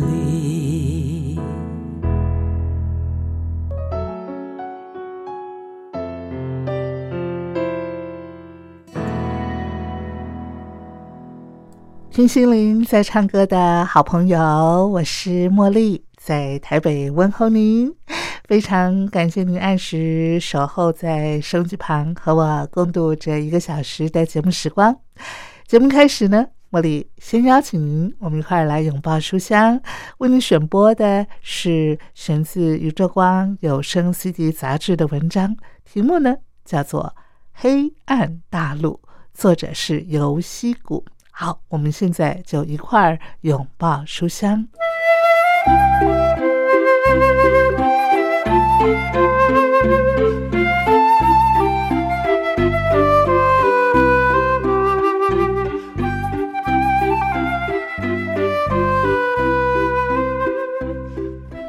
离。听心灵在唱歌的好朋友，我是茉莉，在台北问候您。非常感谢您按时守候在收音机旁，和我共度这一个小时的节目时光。节目开始呢，茉莉先邀请您，我们一块儿来拥抱书香。为您选播的是选自《宇宙光有声 CD 杂志》的文章，题目呢叫做《黑暗大陆》，作者是游西谷。好，我们现在就一块儿拥抱书香。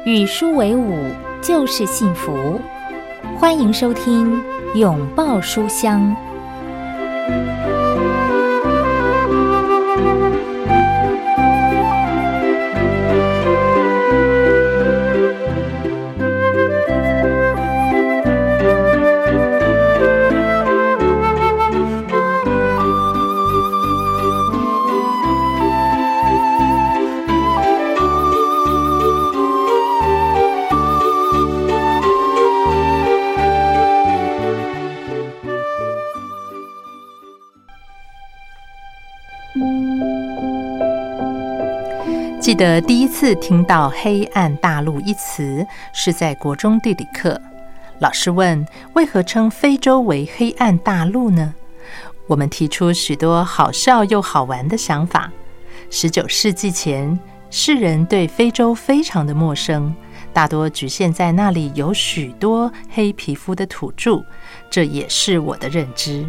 与书为伍就是幸福。欢迎收听《拥抱书香》。记得第一次听到“黑暗大陆”一词是在国中地理课，老师问为何称非洲为黑暗大陆呢？我们提出许多好笑又好玩的想法。十九世纪前，世人对非洲非常的陌生，大多局限在那里有许多黑皮肤的土著，这也是我的认知。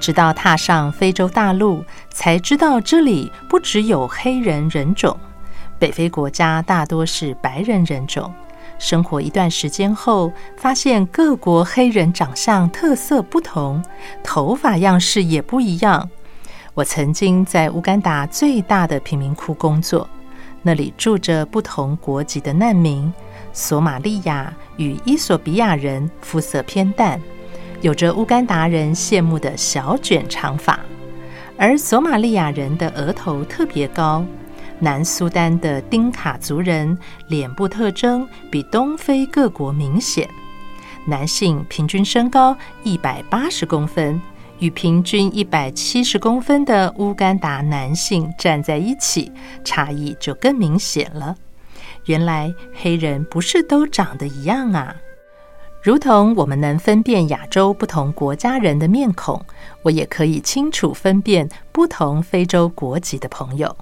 直到踏上非洲大陆，才知道这里不只有黑人人种。北非国家大多是白人人种。生活一段时间后，发现各国黑人长相特色不同，头发样式也不一样。我曾经在乌干达最大的贫民窟工作，那里住着不同国籍的难民，索马利亚与伊索比亚人肤色偏淡，有着乌干达人羡慕的小卷长发，而索马利亚人的额头特别高。南苏丹的丁卡族人脸部特征比东非各国明显，男性平均身高一百八十公分，与平均一百七十公分的乌干达男性站在一起，差异就更明显了。原来黑人不是都长得一样啊！如同我们能分辨亚洲不同国家人的面孔，我也可以清楚分辨不同非洲国籍的朋友。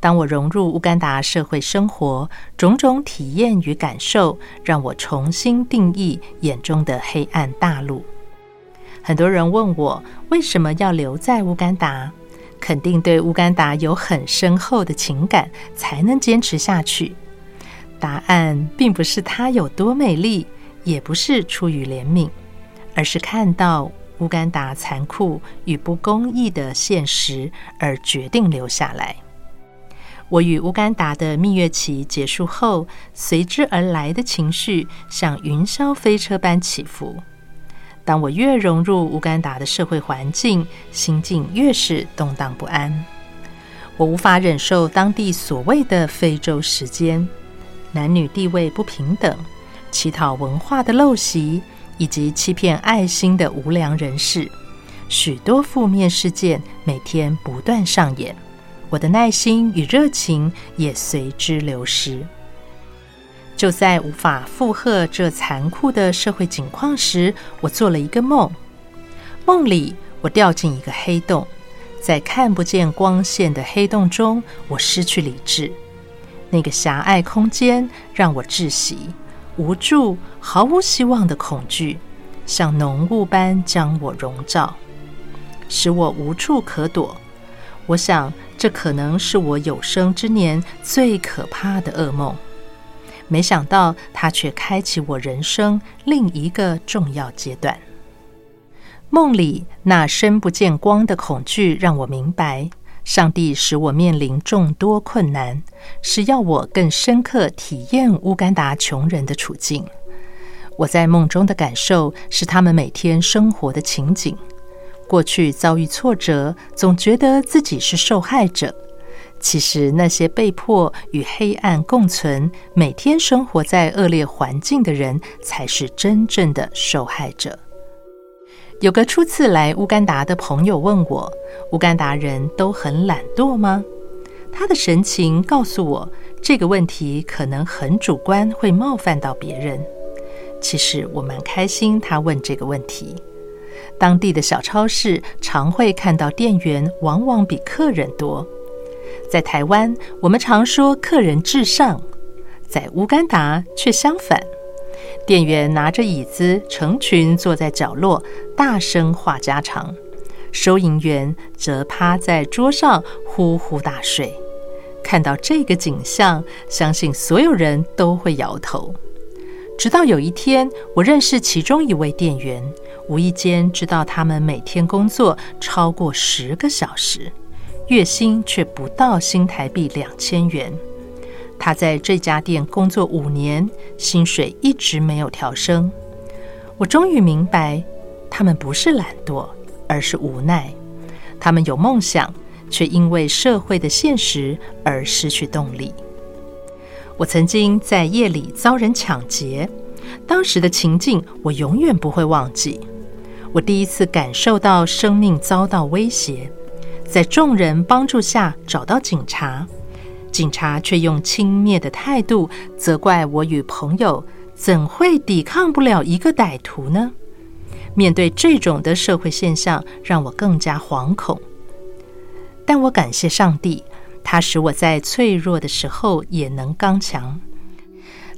当我融入乌干达社会生活，种种体验与感受让我重新定义眼中的黑暗大陆。很多人问我为什么要留在乌干达，肯定对乌干达有很深厚的情感才能坚持下去。答案并不是它有多美丽，也不是出于怜悯，而是看到乌干达残酷与不公义的现实而决定留下来。我与乌干达的蜜月期结束后，随之而来的情绪像云霄飞车般起伏。当我越融入乌干达的社会环境，心境越是动荡不安。我无法忍受当地所谓的非洲时间、男女地位不平等、乞讨文化的陋习，以及欺骗爱心的无良人士。许多负面事件每天不断上演，我的耐心与热情也随之流失。就在无法负荷这残酷的社会景况时，我做了一个梦。梦里，我掉进一个黑洞，在看不见光线的黑洞中，我失去理智。那个狭隘空间让我窒息、无助、毫无希望的恐惧，像浓雾般将我笼罩，使我无处可躲。我想，这可能是我有生之年最可怕的噩梦。没想到，它却开启我人生另一个重要阶段。梦里那深不见光的恐惧让我明白，上帝使我面临众多困难，是要我更深刻体验乌干达穷人的处境。我在梦中的感受是他们每天生活的情景。过去遭遇挫折，总觉得自己是受害者。其实，那些被迫与黑暗共存、每天生活在恶劣环境的人，才是真正的受害者。有个初次来乌干达的朋友问我：“乌干达人都很懒惰吗？”他的神情告诉我，这个问题可能很主观，会冒犯到别人。其实我蛮开心他问这个问题。当地的小超市常会看到店员往往比客人多。在台湾，我们常说客人至上，在乌干达却相反。店员拿着椅子成群坐在角落，大声话家常；收银员则趴在桌上呼呼大睡。看到这个景象，相信所有人都会摇头。直到有一天，我认识其中一位店员，无意间知道他们每天工作超过十个小时。月薪却不到新台币两千元。他在这家店工作五年，薪水一直没有调升。我终于明白，他们不是懒惰，而是无奈。他们有梦想，却因为社会的现实而失去动力。我曾经在夜里遭人抢劫，当时的情境我永远不会忘记。我第一次感受到生命遭到威胁。在众人帮助下找到警察，警察却用轻蔑的态度责怪我与朋友怎会抵抗不了一个歹徒呢？面对这种的社会现象，让我更加惶恐。但我感谢上帝，他使我在脆弱的时候也能刚强。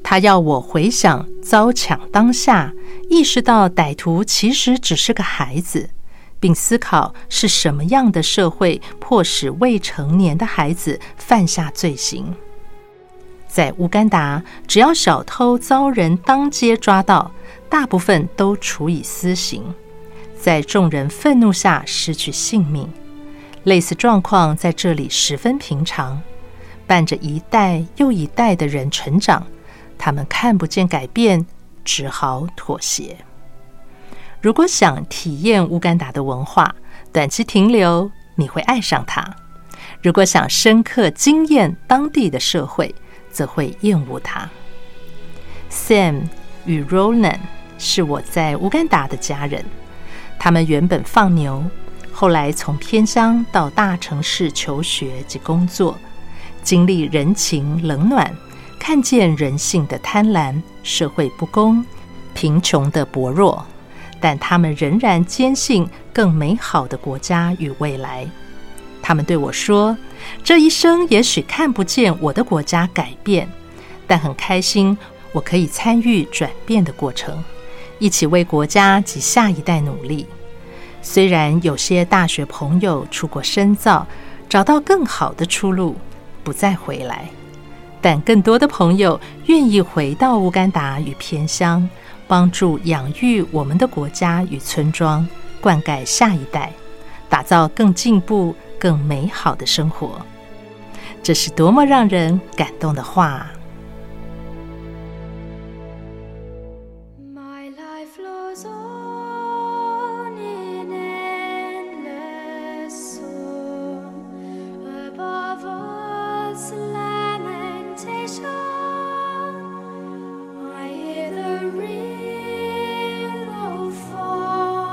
他要我回想遭抢当下，意识到歹徒其实只是个孩子。并思考是什么样的社会迫使未成年的孩子犯下罪行。在乌干达，只要小偷遭人当街抓到，大部分都处以私刑，在众人愤怒下失去性命。类似状况在这里十分平常，伴着一代又一代的人成长，他们看不见改变，只好妥协。如果想体验乌干达的文化，短期停留你会爱上它；如果想深刻经验当地的社会，则会厌恶它。Sam 与 Ronan 是我在乌干达的家人，他们原本放牛，后来从偏乡到大城市求学及工作，经历人情冷暖，看见人性的贪婪、社会不公、贫穷的薄弱。但他们仍然坚信更美好的国家与未来。他们对我说：“这一生也许看不见我的国家改变，但很开心我可以参与转变的过程，一起为国家及下一代努力。”虽然有些大学朋友出国深造，找到更好的出路，不再回来，但更多的朋友愿意回到乌干达与偏乡。帮助养育我们的国家与村庄，灌溉下一代，打造更进步、更美好的生活。这是多么让人感动的话、啊！ My life flows on in endless song above us lamentation. I hear the reel of falling.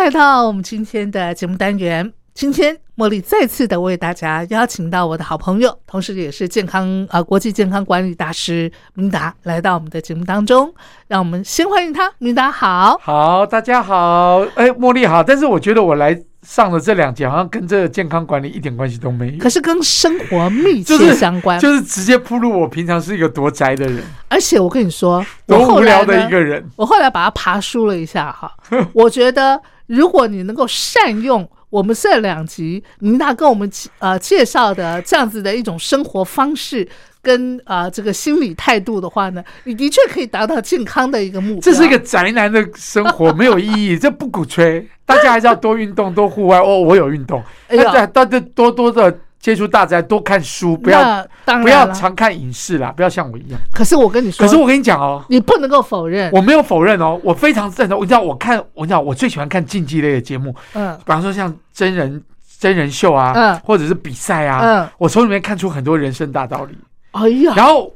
来到我们今天的节目单元，今天茉莉再次的为大家邀请到我的好朋友，同时也是健康呃国际健康管理大师明达来到我们的节目当中，让我们先欢迎他。明达好，好，大家好，哎，茉莉好，但是我觉得我来上的这两节好像跟这个健康管理一点关系都没有可，是跟生活密就切是相关，就是直接铺路我平常是一个多宅的人，而且我跟你说，我多后无来聊呢的一个人。我后来把它爬梳了一下 哈，我觉得如果你能够善用我们这两集明大跟我们介呃介绍的这样子的一种生活方式跟呃这个心理态度的话呢，你的确可以达到健康的一个目标。这是一个宅男的生活，没有意义，这不鼓 吹。大家还是要多运动，多户外。哦，我有运动，哎呦大家大家多多的接触大自然，多看书，不要那当然不要了常看影视啦，不要像我一样。可是我跟你说，可是我跟你讲哦，你不能够否认，我没有否认哦，我非常赞同。我知道，我看，我知道，我最喜欢看竞技类的节目，嗯比方说像真人真人秀啊，嗯或者是比赛啊，嗯，我从里面看出很多人生大道理。哎呀，然 后，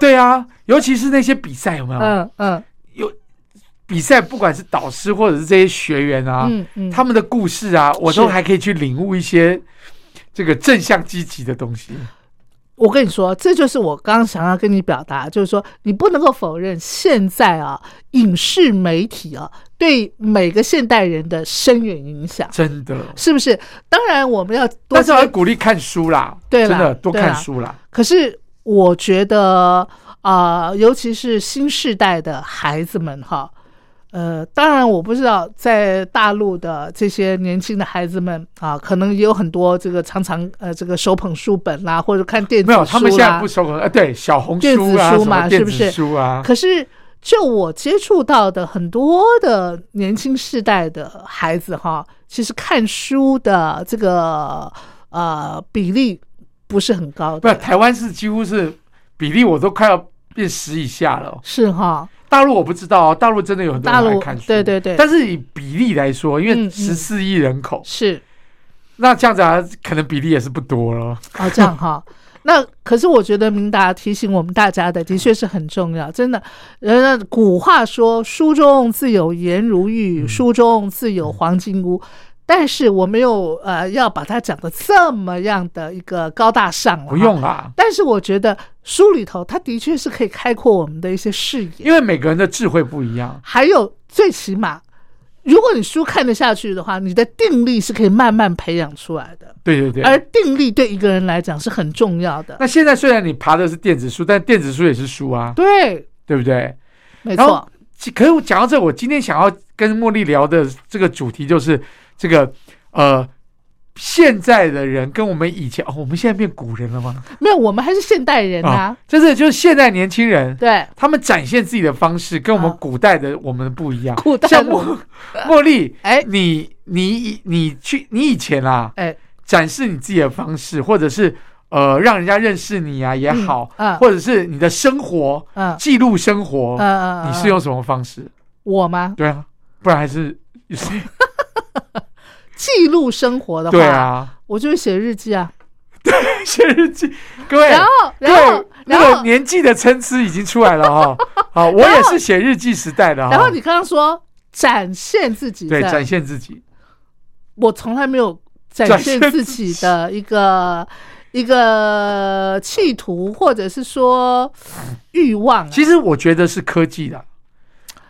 对啊，尤其是那些比赛有没有？嗯嗯比赛不管是导师或者是这些学员啊，嗯嗯，他们的故事啊，我是都还可以去领悟一些这个正向积极的东西。我跟你说，这就是我刚刚想要跟你表达，就是说你不能够否认现在啊，影视媒体啊对每个现代人的深远影响，真的，是不是？当然我们要多但是我还看，鼓励看书啦，对啦真的多对啦看书啦。可是我觉得啊、尤其是新世代的孩子们哈，呃，当然我不知道在大陆的这些年轻的孩子们啊，可能也有很多这个常常呃这个手捧书本啦，或者看电子没书啦，有，他们现在不收口啊，对，小红电书子啊，书什么嘛电是不子是书啊，可是就我接触到的很多的年轻世代的孩子哈，其实看书的这个呃比例不是很高不，的，台湾是几乎是比例，我都快要变十以下了哦。是哈，大陆我不知道哦，大陆真的有很多大人陆爱看书，对对对但是以比例来说，嗯因为嗯十四亿人口，是那这样子啊，可能比例也是不多了。哦这样 哈。那可是我觉得明达提醒我们大家的，的确是很重要，真的。呃，古话说“书中自有颜如嗯玉，书中自有黄金屋”，但是我没有呃要把它讲的这么样的一个高大上了哈，不用啦，但是我觉得书里头，它的确是可以开阔我们的一些视野，因为每个人的智慧不一样。还有最起码，如果你书看得下去的话，你的定力是可以慢慢培养出来的，对对对。而定力对一个人来讲是很重要的。那现在虽然你爬的是电子书，但电子书也是书啊，对，对不对？没然后错，其可是我讲到这，我今天想要跟茉莉聊的这个主题就是这个呃，现在的人跟我们以前，哦，我们现在变古人了吗？没有，我们还是现代人啊，就是就是现在年轻人，对，他们展现自己的方式跟我们啊古代的我们不一样。古代像的我们茉茉莉， 哎你你以你去你以前啊，哎，展示你自己的方式，或者是呃让人家认识你啊也好，嗯啊或者是你的生活嗯记录生活，嗯你是用什么方式？我吗？对啊，不然 还是记录生活的话，对，啊，我就是写日记啊，写日记，各位。然后，各然后位，那然个后，年纪的参差已经出来了哈、好，我也是写日记时代的 哈、然后你刚刚说展现自己啊对的展现自己，我从来没有展展现现自己的一个一个企图，或者是说欲望啊、其实我觉得是科技的，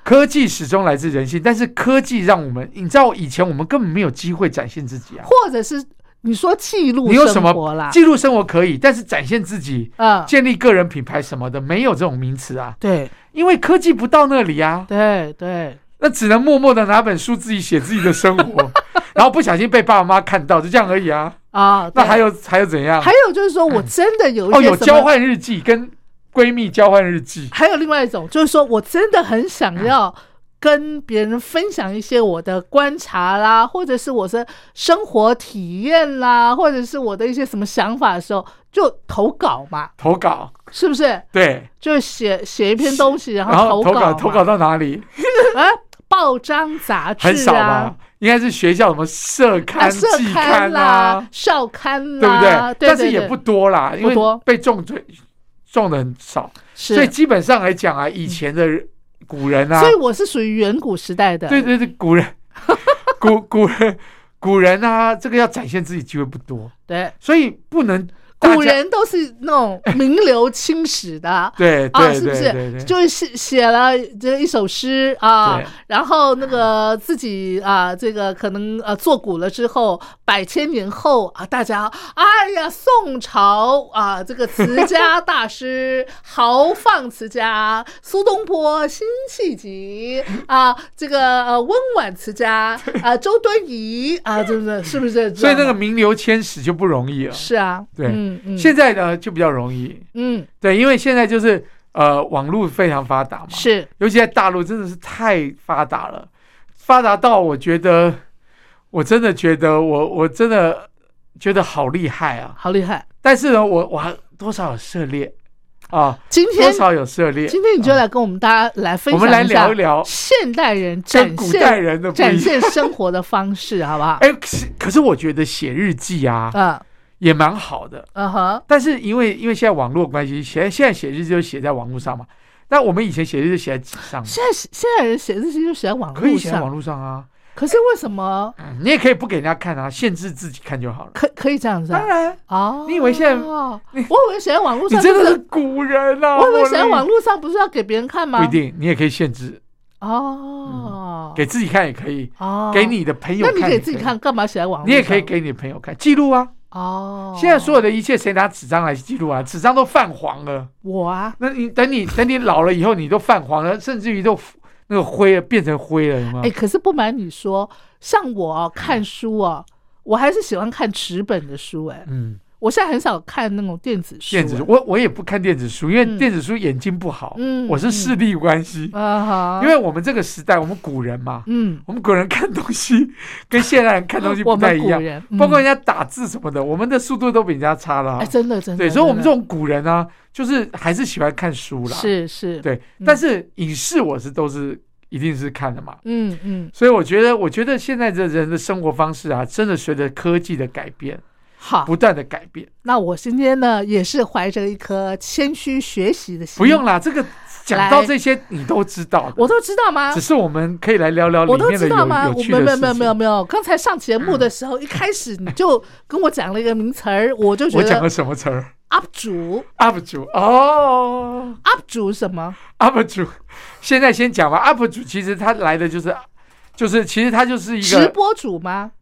科技始终来自人性，但是科技让我们，你知道以前我们根本没有机会展现自己啊。或者是你说记录你有什生活么啦，记录生活可以，但是展现自己、嗯，建立个人品牌什么的，没有这种名词啊，对因为科技不到那里啊，对对，那只能默默的拿本书自己写自己的生 活，然后不小心被爸爸妈妈看到，就这样而已啊。啊，那对还有还有怎样还？有就是说我真的有一哦，些有什交么。换日记跟闺蜜交换日记，还有另外一种，就是说我真的很想要嗯跟别人分享一些我的观察啦，或者是我的生活体验啦，或者是我的一些什么想法的时候，就投稿嘛，投稿，是不是？对，就写写一篇东西，然然后后投投稿稿嘛投稿到哪里？哎，报章杂志啊，很少吧？应该是学校什么社刊、啊，社季刊刊啦啊，，校刊对不啦，对？但是也不对多啦，因不多为被重罪重的很少，是，嗯所以基本上来讲啊，以前的古人啊所，以我是属于远古时代的，对对对，古人。 古古人古人啊，这个要展现自己机会不多，对，所以不能大古家。人都是那种名流青史的对啊，对是不对对是对，就是写写了这一首诗啊对，然后那个自己啊，这个可能呃作古了之后，百千年后啊，大家哎呀，宋朝啊，这个词家大师豪放词家 苏东坡、辛弃疾啊，这个呃温婉词 家啊周敦颐啊，对不对？是不是？所以那这个样名流千史就不容易了。是啊，对嗯嗯，现在呢就比较容易，嗯对，因为现在就是呃网络非常发达嘛，是尤其在大陆真的是太发达了，发达到我觉得，我真的觉得我我真的觉得好厉害啊！好厉害。但是呢，我我还多少有涉猎啊，今多天少有涉猎，今天你就来跟我们大家来分我享们来一下聊一聊现代人展跟古代现人的不展一现样。生活的方式，好不好？哎，可是可是我觉得写日记啊嗯也蛮好的，嗯哼，但是因为因为现在网络关系，写现在写日记就写在网络上嘛。那我们以前写日记写在纸上嘛，现在现在人写日记就写在网可以络写在网上，络上啊、可是为什么嗯你也可以不给人家看啊，限制自己看就好了。可可以这样子啊当？然，哦，你以为现在我以为写在网络你上真就的是是，古人 啊！我以为写在的网络上不是要给别人看吗？不一定，你也可以限制，哦，给自己看也可以，哦给，你的朋友那看。你给自己看，，干嘛写在网络？你也可以给你的朋友看记录啊。哦。现在所有的一切，谁拿纸张来记录啊？纸张都泛黄了。我啊，那你等你等你老了以后，你都泛黄了，甚至于都那个灰了，变成灰了，有没哎，有？可是不瞒你说，像我哦嗯看书哦，我还是喜欢看纸本的书。哎，嗯，我现在很少看那种电子书。电子哎书，啊我我也不看电子书，因嗯为电子书眼睛不好。嗯我是视力关系，啊哈，因为我们这个时代，我们古人嘛，嗯，我们古人看东西跟现代人看东西我不太们一古样。人，包括人嗯家打字什么的，我们的速度都比人家差了啊、哎，真的真的，对，所以我们这真种古人啊，就是还是喜欢看书的啦。，是嗯是，，对。但是影视我是都是一定是看的嘛，嗯嗯，所以我觉得，我觉得现在的人的生活方式啊，真的随着科技的改变，好不，断的改变。那我今天呢也是怀着一颗谦虚学习的心，不用，啦，这个讲到来这些你都知道的，我都知道吗只？是我们可以来聊聊里我都面的知有道吗？有我趣没的有事没有情。没有没有没有，刚才上节目的时候，一开始你就跟我讲了一个名词儿，我就觉我讲得了什么词儿 up 主？UP 主哦。 up 主什么？ UP 主，现在先讲吧。UP 主其实他来的就是，就是其实他就是一直个播主吗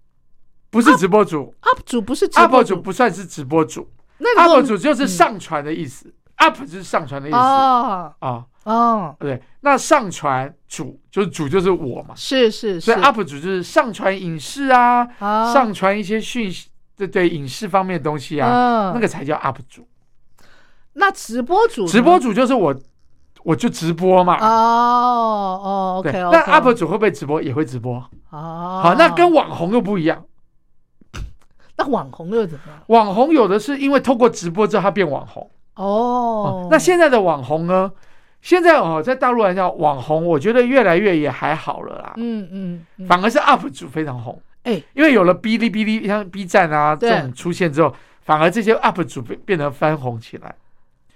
不是直播主？up 主不是啊直播，UP 主主，不算是直播主那你跟我，UP 主就是上传的意思，UP 就是上传的意思啊、哦哦，对，那上传主就是主就是我嘛，是是是所以 UP 主就是上传影视啊，啊上传一些讯息，对对，影视方面的东西啊，嗯那个才叫 UP 主。那直播主呢直播主就是我，我就直播嘛。哦哦对，OK，那 UP 主会不会直播？也会直播。哦，好，那跟网红又不一样。那网红又怎么样？网红有的是因为透过直播之后他变网红。哦，那现在的网红呢？现在哦，在大陆来讲，网红我觉得越来越也还好了啦，嗯嗯嗯，反而是 UP 主非常红。哎因为有了哔哩哔哩像 B 站啊对这种出现之后，反而这些 UP 主变变得翻红起来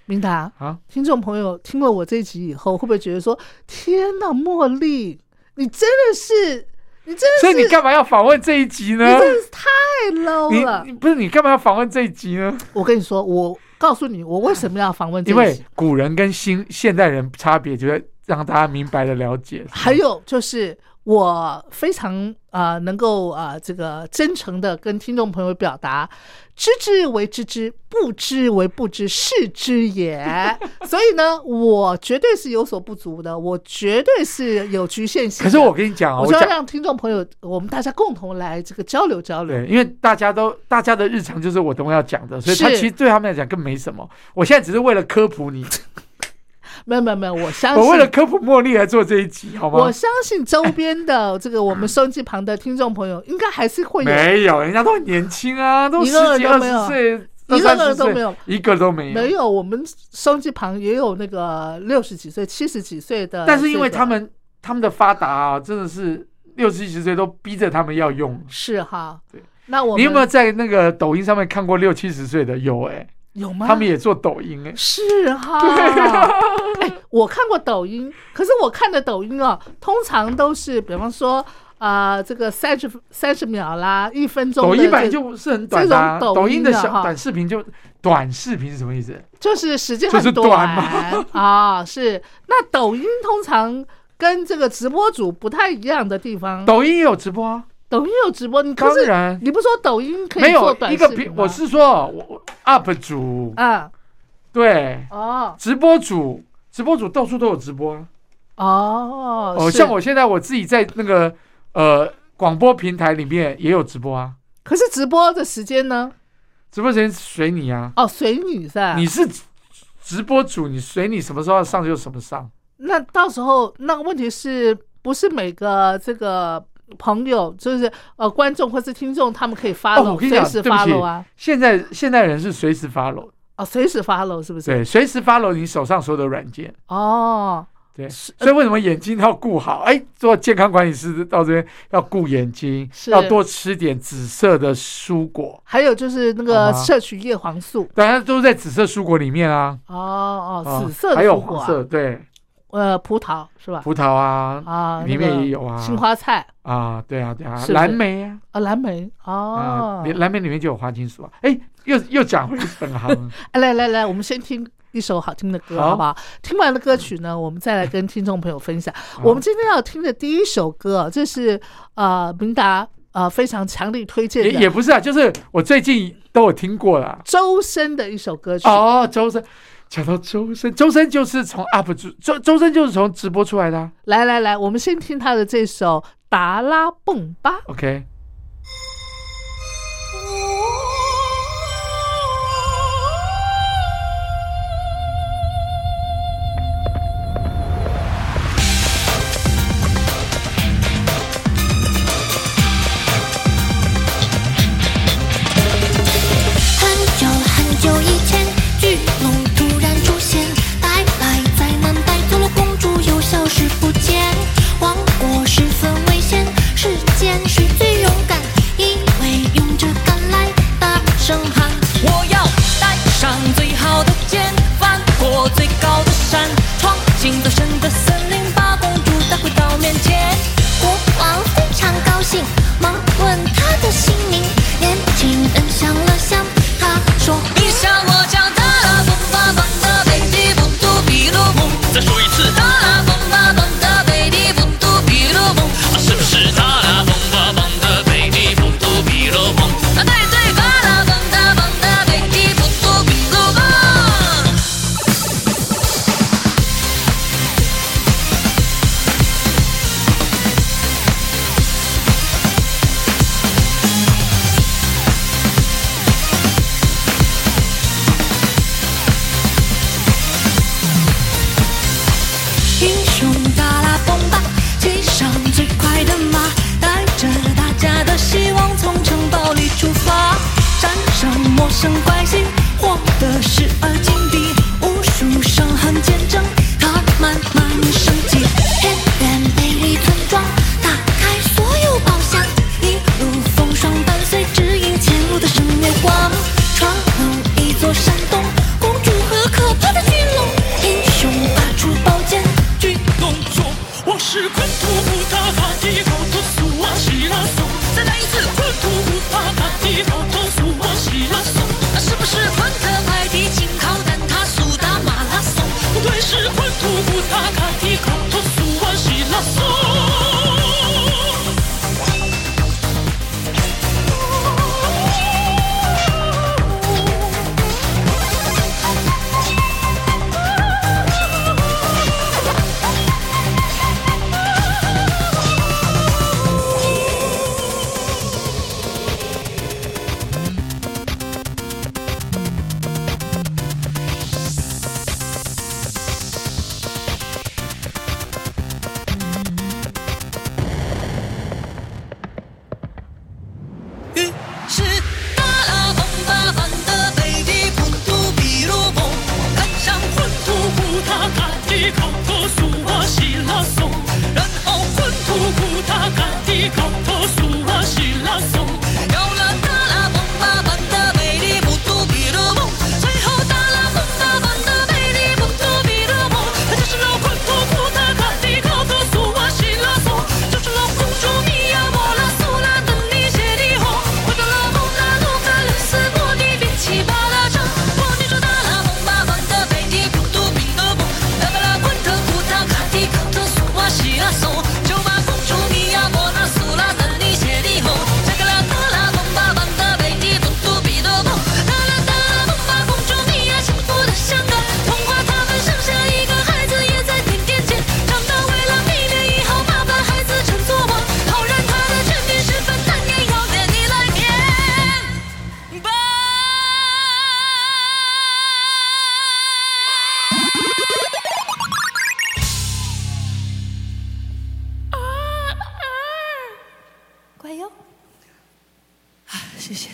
明达，啊。听众朋友听了我这一集以后，会不会觉得说，天呐，茉莉，你真的是，你真的所是，以你干嘛要访问这一集呢你？真的是太 low 了嗯你。你不是你干嘛要访问这一集呢？我跟你说，我告诉你，我为什么要访问这因一为集。古人跟新现代人差别，就会让大家明白的了解。还有就是，我非常啊、呃能够啊、呃这个真诚的跟听众朋友表达，知之为知之，不知为不知，是知也。 所以呢，我绝对是有所不足的，我绝对是有局限性的。可是我跟你讲啊，我我就要讲让听众朋友，我们大家共同来这个交流交流。对，因为大家都大家的日常就是我等会要讲的，所以他是其实对他们来讲更没什么。我现在只是为了科普你，没有没有没有，我相信我为了科普茉莉来做这一集，好吗啊我？相信周边的这个我们收音机旁的听众朋友，应该还是会有没有，人家都很年轻啊，都一十个几人都二没有十岁。一个人20-30岁都没有，一个都没有。没有，我们收音机旁也有那个六十几岁、七十几岁啊的这个，但是因为他们他们的发达啊，真的是六七十岁都逼着他们要用。是哈，对，那我们你有没有在那个抖音上面看过六七十岁的？有哎、有吗？他们也做抖音哎、是 哈，啊哎，我看过抖音，可是我看的抖音哦，通常都是比方说呃这个三十三十秒啦，一分钟抖的音版这就是很短的、啊，这种抖抖音音的的哈小短视频就短视频是什么意思？就是时间就是很短短 啊、是那抖音通常跟这个直播主不太一样的地方，抖音也有直播啊，抖音有直播，你可当是然你不说抖音可没以做有短一视个频啊平，吗我是说我我 UP 主、嗯对哦直播主，直播主到处都有直播啊。哦哦，是像我现在我自己在那个呃广播平台里面也有直播啊，可是直播的时间呢？直播时间随你啊，哦，随你是吧？你是直直播主，你随你什么时候要上就什么上。那到时候那个问题是不是每个这个朋友，就是呃观众或是听众，他们可以哦， follow，、我跟你随讲，时对不起 follow 啊？，现在现在人是随时 follow，哦，随时 follow 是不是？对，随时 follow 你手上所有的软件。哦，对，所以为什么眼睛要顾好？哎，做健康管理师到这边要顾眼睛，是要多吃点紫色的蔬果。还有就是那好个吧摄取叶黄素，大家都在紫色蔬果里面啊，哦啊哦，紫色的还有蔬果红啊、色，对，呃，葡萄是吧？葡萄啊，啊，里面也有啊青花菜啊，对啊，对啊是不，是蓝莓啊，啊，蓝莓啊哦，里。蓝莓里面就有花青素啊。哎，又又讲回本 行，哎来来来，我们先听一首好听的歌，好好不好？听完了歌曲呢，我们再来跟听众朋友分享。嗯我们今天要听的第一首歌，这是呃明达呃非常强力推荐也的也不是啊，就是我最近都有听过啦。周深的一首歌曲。哦，周深，讲到周深，周深就是从 UP 主，周周深就是从直播出来的啊、来来来，我们先听他的这首《达拉蹦吧》。 OK，很久很久以前，巨龙突然出现，白白在南白头罗公主又消失不见。王国十分危险，时间是最勇敢，一啊啊乖哟。啊，谢谢。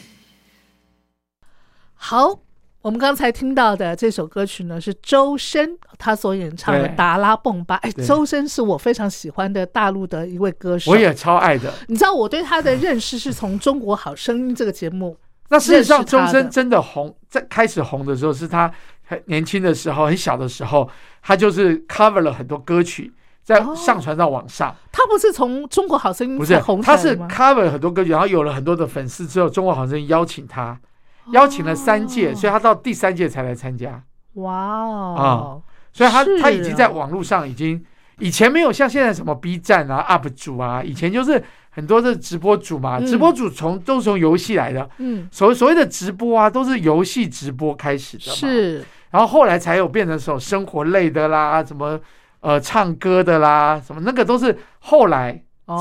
好，我们刚才听到的这首歌曲呢，是周深他所演唱的对《达拉蹦吧》。哎，对周深是我非常喜欢的大陆的一位歌手。我也超爱的。你知道我对他的认识是从《中国好声音》这个节目，那事实上，认识他周的深真的红，在开始红的时候是他很年轻的时候，很小的时候，他就是 cover 了很多歌曲，在哦上传到网上。他不是从《中国好声音不》是才红，起他来是的吗？ cover 了很多歌曲，然后有了很多的粉丝之后，中国好声音邀请他，哦邀请了三届，所以他到第三届才来参加。哇啊哦，所以他是他已经在啊网络上已经以前没有像现在什么 B 站啊、UP 主啊，以前就是很多的直播主嘛，嗯直播主从都是从游戏来的，嗯，所所谓的直播啊，都是游戏直播开始的嘛，，是然后后来才有变成什么生活类的啦，什么呃唱歌的啦，什么那个都是后来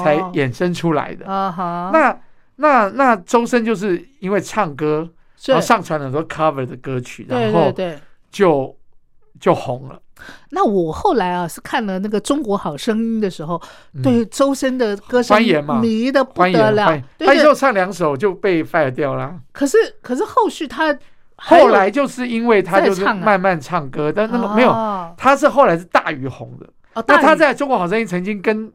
才哦衍生出来的。啊哈，那那那周深就是因为唱歌，是然后啊上传了很多 cover 的歌曲，对然对后对。就就红了。那我后来啊是看了那个《中国好声音》的时候，嗯对周深的歌声欢颜嘛迷的不欢迎得欢了迎，，对他对就唱两首就被 fire 掉了。可是可是后续他还有啊后来就是因为他就是在唱啊慢慢唱歌，但那么没有，哦，他是后来是大鱼红的。哦那大他雨在中国好声音曾经跟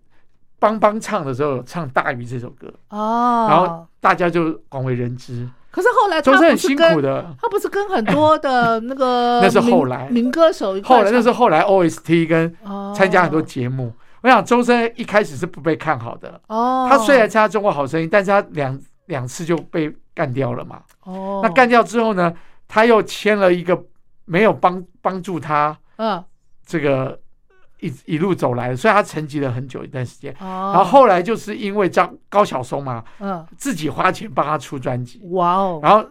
邦邦唱的时候有唱《大鱼》这首歌，哦，然后大家就广为人知。可是后来他周不深是很辛苦跟，的，他不是跟很多的那个那是后民来民歌手一块后来那唱是后来 OST 跟哦参加很多节目。我想周深一开始是不被看好的，哦，他虽然参加中国好声音，但是他两两次就被干掉了嘛。哦那干掉之后呢，他又签了一个没有帮帮助他嗯这个一一路走来的，所以他沉寂了很久一段时间。哦，然后后来就是因为张高晓松嘛，嗯自己花钱帮他出专辑，哇哦，然后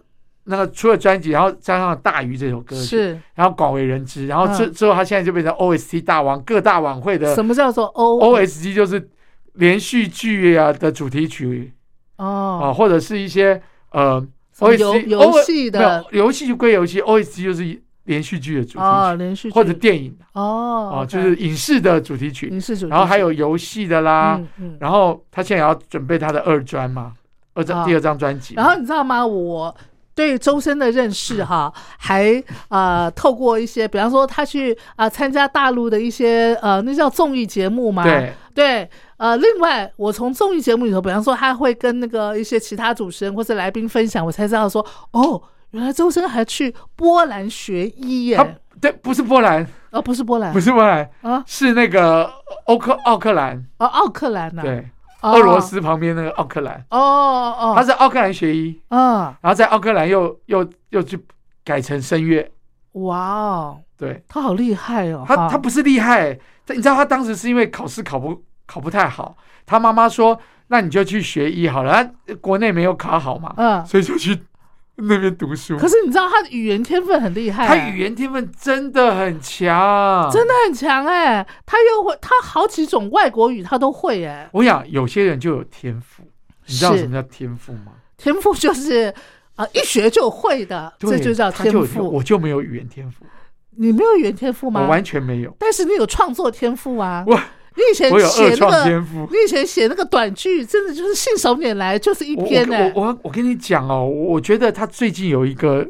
那个出了专辑，然后加上《大鱼》这首歌曲，是然后广为人知，然后之嗯之后他现在就变成 OST 大王，各大晚会的什么叫做 O OST 就是连续剧啊的主题曲啊，哦或者是一些呃什么 OST 游 O- 游戏的没有游戏就归游戏，OST 就是连续剧的主题曲、哦连续剧或者电影啊、哦，OK 就是影视的主题曲，影视主题曲，然后还有啊游戏的啦，嗯嗯。然后他现在也要准备他的二专嘛，二张、啊第二张专辑嘛，然后你知道吗？我对周深的认识哈，还呃透过一些，比方说他去啊、呃参加大陆的一些呃那叫综艺节目嘛，对对呃，另外我从综艺节目里头，比方说他会跟那个一些其他主持人或是来宾分享，我才知道说哦，原来周深还去波兰学医耶，他对不是波兰，呃不是波兰不是波兰，啊，是那个欧克奥克兰，哦奥克兰呐、对，哦俄罗斯旁边那个奥克兰，哦哦，他是奥克兰学医，啊然后在奥克兰又又又去改成声乐，哇哦，对他好厉害哦，他哈他不是厉害、他你知道他当时是因为考试考不考不太好，他妈妈说那你就去学医好了，他国内没有考好嘛，嗯所以就去那边读书，可是你知道他的语言天分很厉害、欸他语言天分真的很强，真的。很强哎、他又会他好几种外国语他都会哎、我想有些人就有天赋，你知道是什么叫天赋吗？天赋就是啊、呃一学就会的，对这就叫他天有赋我。就没有语言天赋，你没有语言天赋我吗？完全没有。但是你有创作天赋啊！我你以前我有写二那创个，天赋。你以前写那个短剧，真的就是信手拈来，就是一我篇哎、我我我我跟你讲哦，我我觉得他最近有一个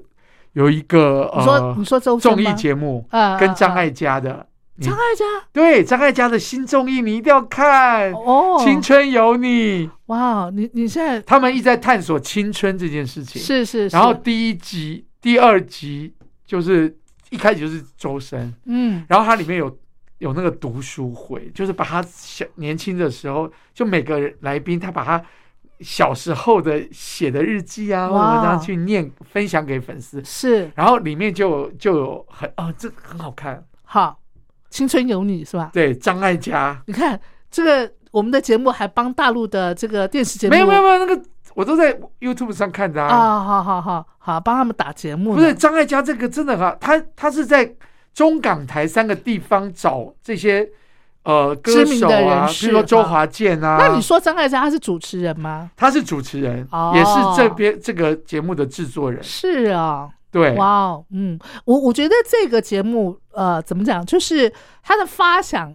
有一个欸你说、呃你说周深综吗艺节目，啊跟张艾啊嘉的。啊张艾 嘉对张艾嘉的新综艺，你一定要看《哦，青春有你》。哇，你你现在他们一直在探索青春这件事情。是是是，然后第一集、第二集就是一开始就是周深，嗯然后它里面有有那个读书会，就是把他小年轻的时候，就每个人来宾他把他小时候的写的日记啊，或者哇他去念分享给粉丝，是然后里面就有就有很哦，这很好看，好，青春有你是吧？对张艾嘉，你看这个，我们的节目还帮大陆的这个电视节目，没有没有没有那个我都在 YouTube 上看的啊，啊，好好好好，帮他们打节目呢，不是张艾嘉这个真的很好，他他是在中港台三个地方找这些。呃，知歌名手的啊，人比士如说周啊华健啊，那你说张艾嘉他是主持人吗？他是主持人，哦也是这边这个节目的制作人。是啊、对，哇哦，嗯，我我觉得这个节目呃，怎么讲，就是它的发想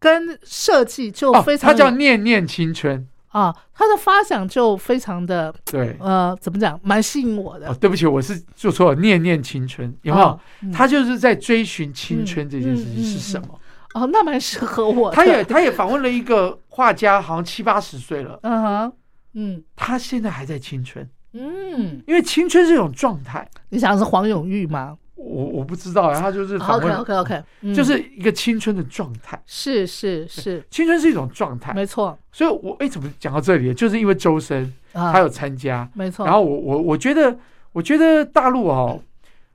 跟设计就哦非常他有、叫《念念青春》，啊，他的发想就非常的对，呃，怎么讲，蛮吸引我的哦，。对不起，我是做错了，念念青春，有没哦有？嗯他就是在追寻青春这件事嗯嗯情是什么？哦，那蛮适合我的。他也他也访问了一个画家，好像七八十岁了，嗯哼，嗯他现在还在青春，嗯，因为青春是一种状态。你想的是黄永玉吗我我不知道啊，他就是访？OK 问 OK OK，就是一个青春的状态。是是是，青春是一种状态，没错所以我哎、怎么讲到这里？就是因为周深啊，他有参加，没错。然后我我我觉得我觉得大陆哦，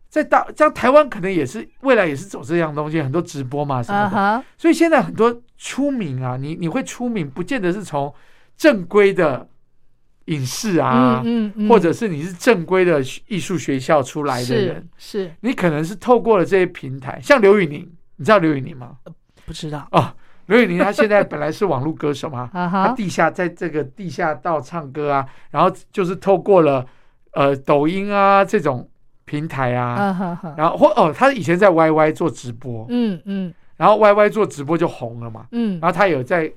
在大像台湾可能也是未来也是走这样东西，很多直播嘛什么啊的，哈，所以现在很多出名啊，你你会出名，不见得是从正规的影视啊，嗯嗯嗯，或者是你是正规的艺术学校出来的是人，是你可能是透过了这些平台，像刘宇宁，你知道刘宇宁吗？不知道，哦，刘宇宁他现在本来是网络歌手嘛啊他哈，地下在这个地下道唱歌啊，然后就是透过了呃抖音啊这种平台啊，啊哈哈，然后或哦他以前在 YY 做直播，嗯嗯然后 YY 做直播就红了嘛，嗯然后他有在这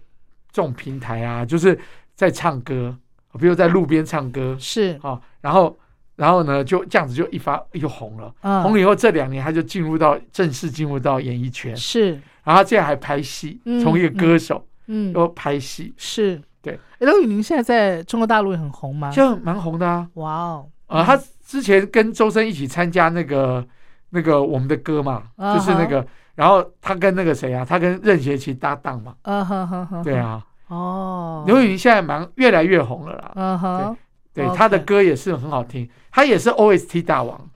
种平台啊，就是在唱歌，比如在路边唱歌，是哦，然后然后呢就这样子就一发就红了，啊红了以后这两年他就进入到正式进入到演艺圈，是然后他现在还拍戏，嗯从一个歌手嗯又拍戏，是对。刘宇宁现在在中国大陆也很红吗？就蛮红的啊。哇哦，呃，他之前跟周深一起参加那个那个我们的歌嘛，啊哈就是那个，然后他跟那个谁啊，他跟任贤齐搭档嘛，啊哈哈哈，对，啊，哦，刘宇宁现在蛮越来越红了啦，嗯哼，对 OK 他的歌也是很好听，他也是 OST 大王，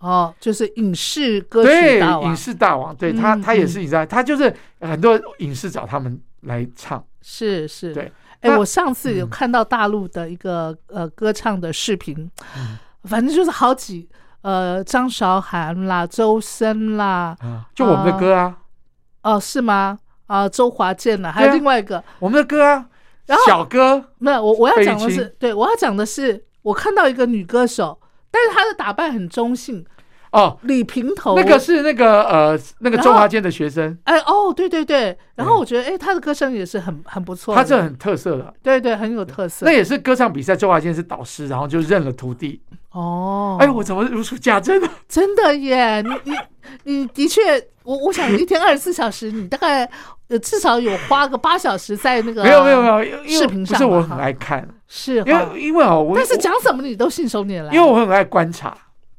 哦，就是影视歌曲啊对，大王影视大王，对他嗯他也是你知道，他就是很多影视找他们来唱，是是，对。哎，那我上次有嗯看到大陆的一个呃歌唱的视频嗯，反正就是好几呃张韶涵啦、周深啦，啊，就我们的歌啊，哦是吗？啊，周华健啦，还对有啊另外一个，我们的歌啊然后，小歌，没有我我要费玉讲的是清，对我要讲的是，我看到一个女歌手，但是她的打扮很中性，哦，理平头，那个是那个呃那个然后周华健的学生，哎哦，对对对，然后对我觉得哎，她的歌声也是很很不错的，他这很特色的。对对很有特色那，也是歌唱比赛，周华健是导师，然后就认了徒弟。哦，哎，我怎么如数家珍啊？真的耶，你你你的确，我我想一天二十四小时，你大概呃至少有花个八小时在那个没有没有没有，因为因啊视为频不上是我嘛很哈爱看，是因哈为，因为哦，我但是讲什么你都信手拈来，我因为我很爱观察，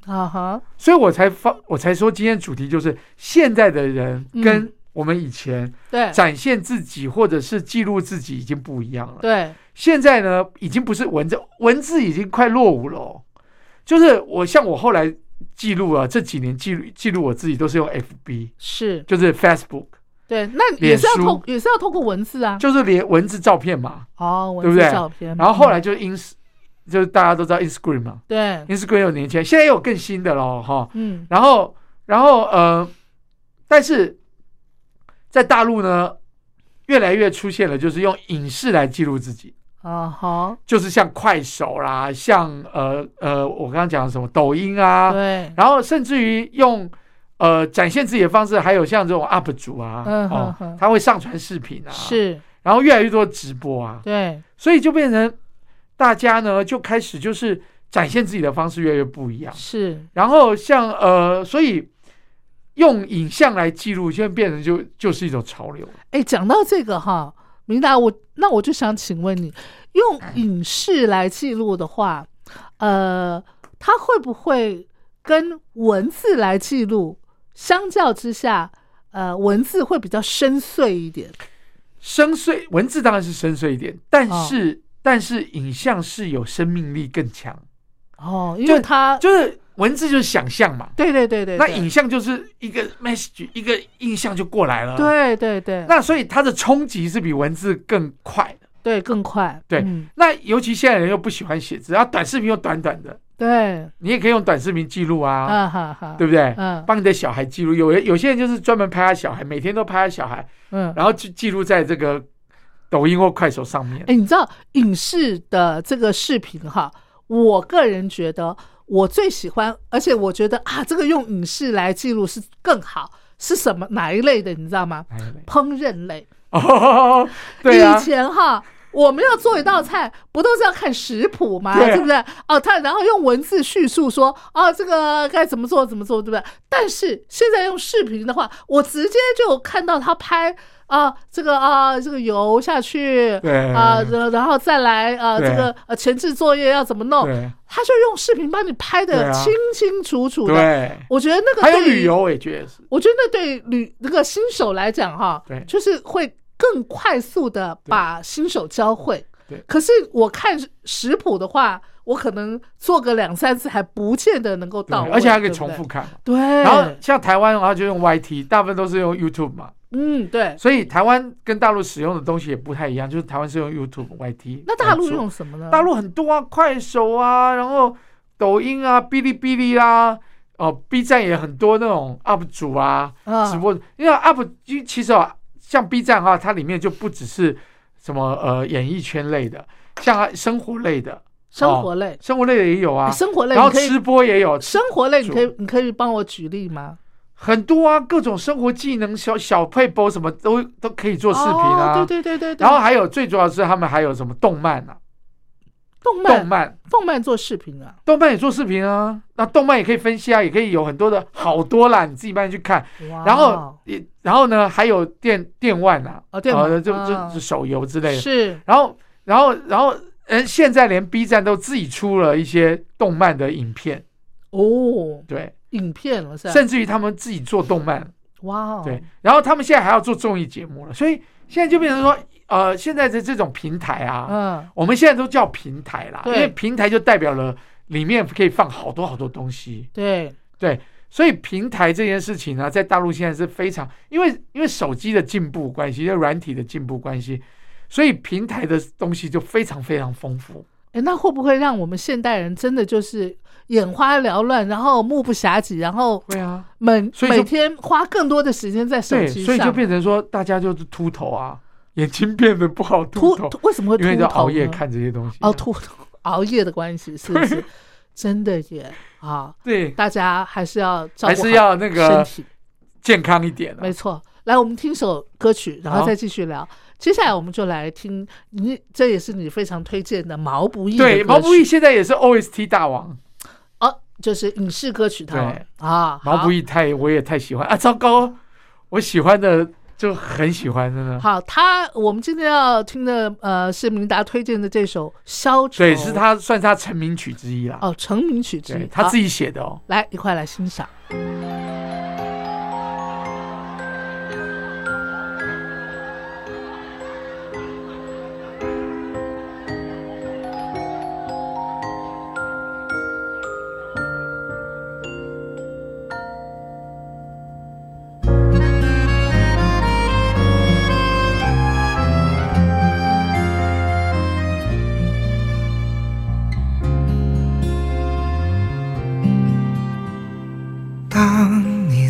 啊哈所以我才发我才说今天主题就是现在的人跟我们以前对展现自己或者是记录自己已经不一样了。对现在呢，已经不是文字，文字已经快落伍了哦、就是我像我后来记录啊，这几年记录记录我自己都是用 FB，是，就是 Facebook，对，那也脸是要透书也是要透过文字啊，就是连文字照片嘛。哦文对不字对照片，然后后嗯来就是 ins，就是大家都知道 Instagram 嘛对， ，Instagram 有年轻人，现在也有更新的咯，哈。嗯然后，然后呃，但是在大陆呢，越来越出现了，就是用影视来记录自己，啊哈，就是像快手啦，像呃呃，我刚刚讲的什么抖音啊，对，然后甚至于用。呃，展现自己的方式，还有像这种 UP 主啊，嗯哼哦哼，他会上传视频啊，，是，然后越来越多直播啊，对所以就变成大家呢就开始就是展现自己的方式越来越不一样。是，然后像呃，所以用影像来记录，现在变成就就是一种潮流。哎，讲到这个哈，明达，我那我就想请问你，用嗯影视来记录的话，呃，它会不会跟文字来记录相较之下，呃，文字会比较深邃一点？深邃文字当然是深邃一点，但哦是、但是影像是有生命力更强，哦，因为就它就是文字就是想象嘛，对对对对，那对影像就是一个 message 一个印象就过来了。。对对对，那所以它的冲击是比文字更快的，对更快，对嗯那尤其现在人又不喜欢写字，然后短视频又短短的，对，你也可以用短视频记录啊，啊哈哈，对不对？嗯帮你的小孩记录，有人有些人就是专门拍他小孩，每天都拍他小孩，嗯，然后记记录在这个抖音或快手上面。哎、你知道影视的这个视频哈，我个人觉得我最喜欢，而且我觉得啊，这个用影视来记录是更好，是什么哪一类的？你知道吗？哎烹饪类。哦，对啊 以，前哈，我们要做一道菜，不都是要看食谱吗？对啊对不对？哦，他然后用文字叙述说，哦，这个该怎么做，怎么做，对不对？但是现在用视频的话，我直接就看到他拍啊、这个啊、这个油下去，对啊、然然后再来啊、对这个呃前置作业要怎么弄，对他就用视频帮你拍对的啊清清楚楚的。对，我觉得那个还有对于旅游，我也觉得是。我觉得那对旅那个新手来讲哈，对就是会更快速的把新手教会。对可是我看食谱的话，我可能做个两三次还不见得能够对到位，而且还可以对不重复看嘛。对。嗯然然后像台湾的话，就用 YT，大部分都是用 YouTube 嘛，嗯，对。所以台湾跟大陆使用的东西也不太一样，就是台湾是用 YouTube、YT。那大陆用什么呢？大陆很多啊，快手啊，然后抖音啊、哔哩哔哩啦，哦，B 站也很多那种 UP 主啊，啊直播。因为 UP 其其实啊，像 B 站啊，它里面就不只是什么呃演艺圈类的，像生活类的，生活类，哎生活类的也有哦啊，生活类，然后你可以吃播也有，生活类，你煮可以你可以帮我举例吗？很多啊，各种生活技能、小小配播什么都都可以做视频啊。哦对对对对对。然后还有最主要是他们还有什么动漫啊，动漫，动漫，动漫做视频啊，动漫也做视频啊，那动漫也可以分析啊，也可以有很多的好多啦，你自己慢慢去看。哇然后也然后呢，还有电电玩啊，哦电玩呃就啊就就手游之类的。是然后然后然后，嗯，现在连 B 站都自己出了一些动漫的影片，哦，对，影片了是吧？甚至于他们自己做动漫，哇哦，对，然后他们现在还要做综艺节目了，所以现在就变成说，呃，现在的这种平台啊，嗯，我们现在都叫平台啦，因对为平台就代表了里面可以放好多好多东西，对，对，所以平台这件事情呢，在大陆现在是非常，因为因为手机的进步关系，因为软体的进步关系，所以平台的东西就非常非常丰富。哎，那会不会让我们现代人真的就是眼花缭乱，然后目不暇接，然后对啊，每所以就每天花更多的时间在手对，机上？所以就变成说，大家就是秃头啊，眼睛变得不好秃秃头，，为什么会秃因为就头熬夜呢看这啊些东西。哦，秃头熬夜的关系是不 是？真的耶啊！对，大家还是要照顾还好是要那身个体，健康一点、啊。没错。来，我们听首歌曲，然后好再继续聊。接下来我们就来听你，这也是你非常推荐的毛不易的对，歌毛不曲易现在也是 OST 大王，哦，就是影视歌曲他对啊，毛好不易太我也太喜欢啊！糟糕，我喜欢的就很喜欢的呢。好，他我们今天要听的呃是明达推荐的这首《消愁》，对，是他算是他成名曲之一啦。哦成名曲之对一，他自己己写的哦。来一块来欣赏。当你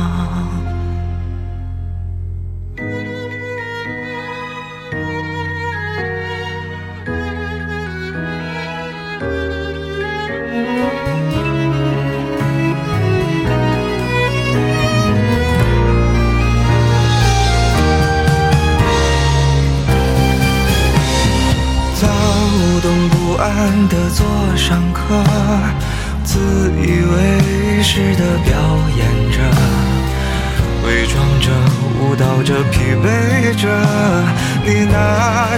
躁动不安地坐上课，自以为是的表演着，伪装着，舞蹈着，疲惫着。你拿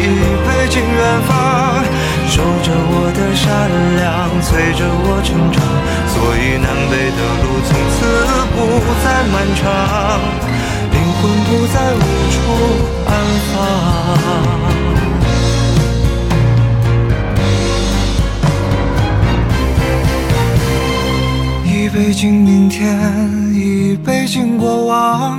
一杯敬远方，守着我的善良，催着我成长。所以南北的路从此不再漫长，灵魂不再无处安放。一杯敬明天，一杯敬过往，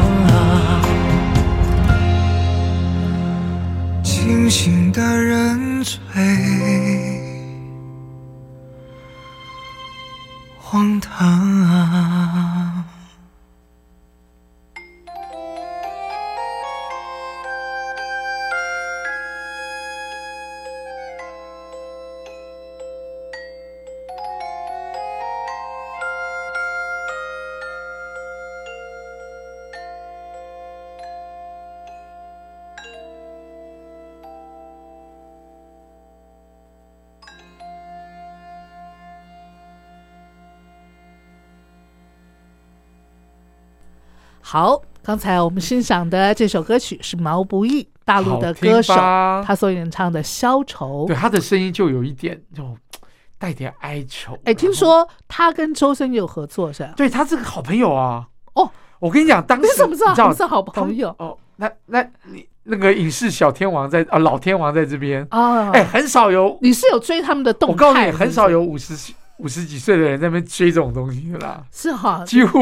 啊，清醒的人最荒唐、啊。好，刚才我们欣赏的这首歌曲是毛不易，大陆的好听歌手，吧他所演唱的《消愁对》。他的声音就有一点那种带点哀愁。哎，听然后说他跟周深有合作是吧？对他这个好朋友啊，哦，我跟你讲，当时你怎么知道他们是好他朋友？哦，那那你那个影视小天王在啊，老天王在这边，啊？哎，很少有，你是有追他们的我动态？告诉你，很少有有五十五十几岁的人在那边追这种东西的啦，是哈？几乎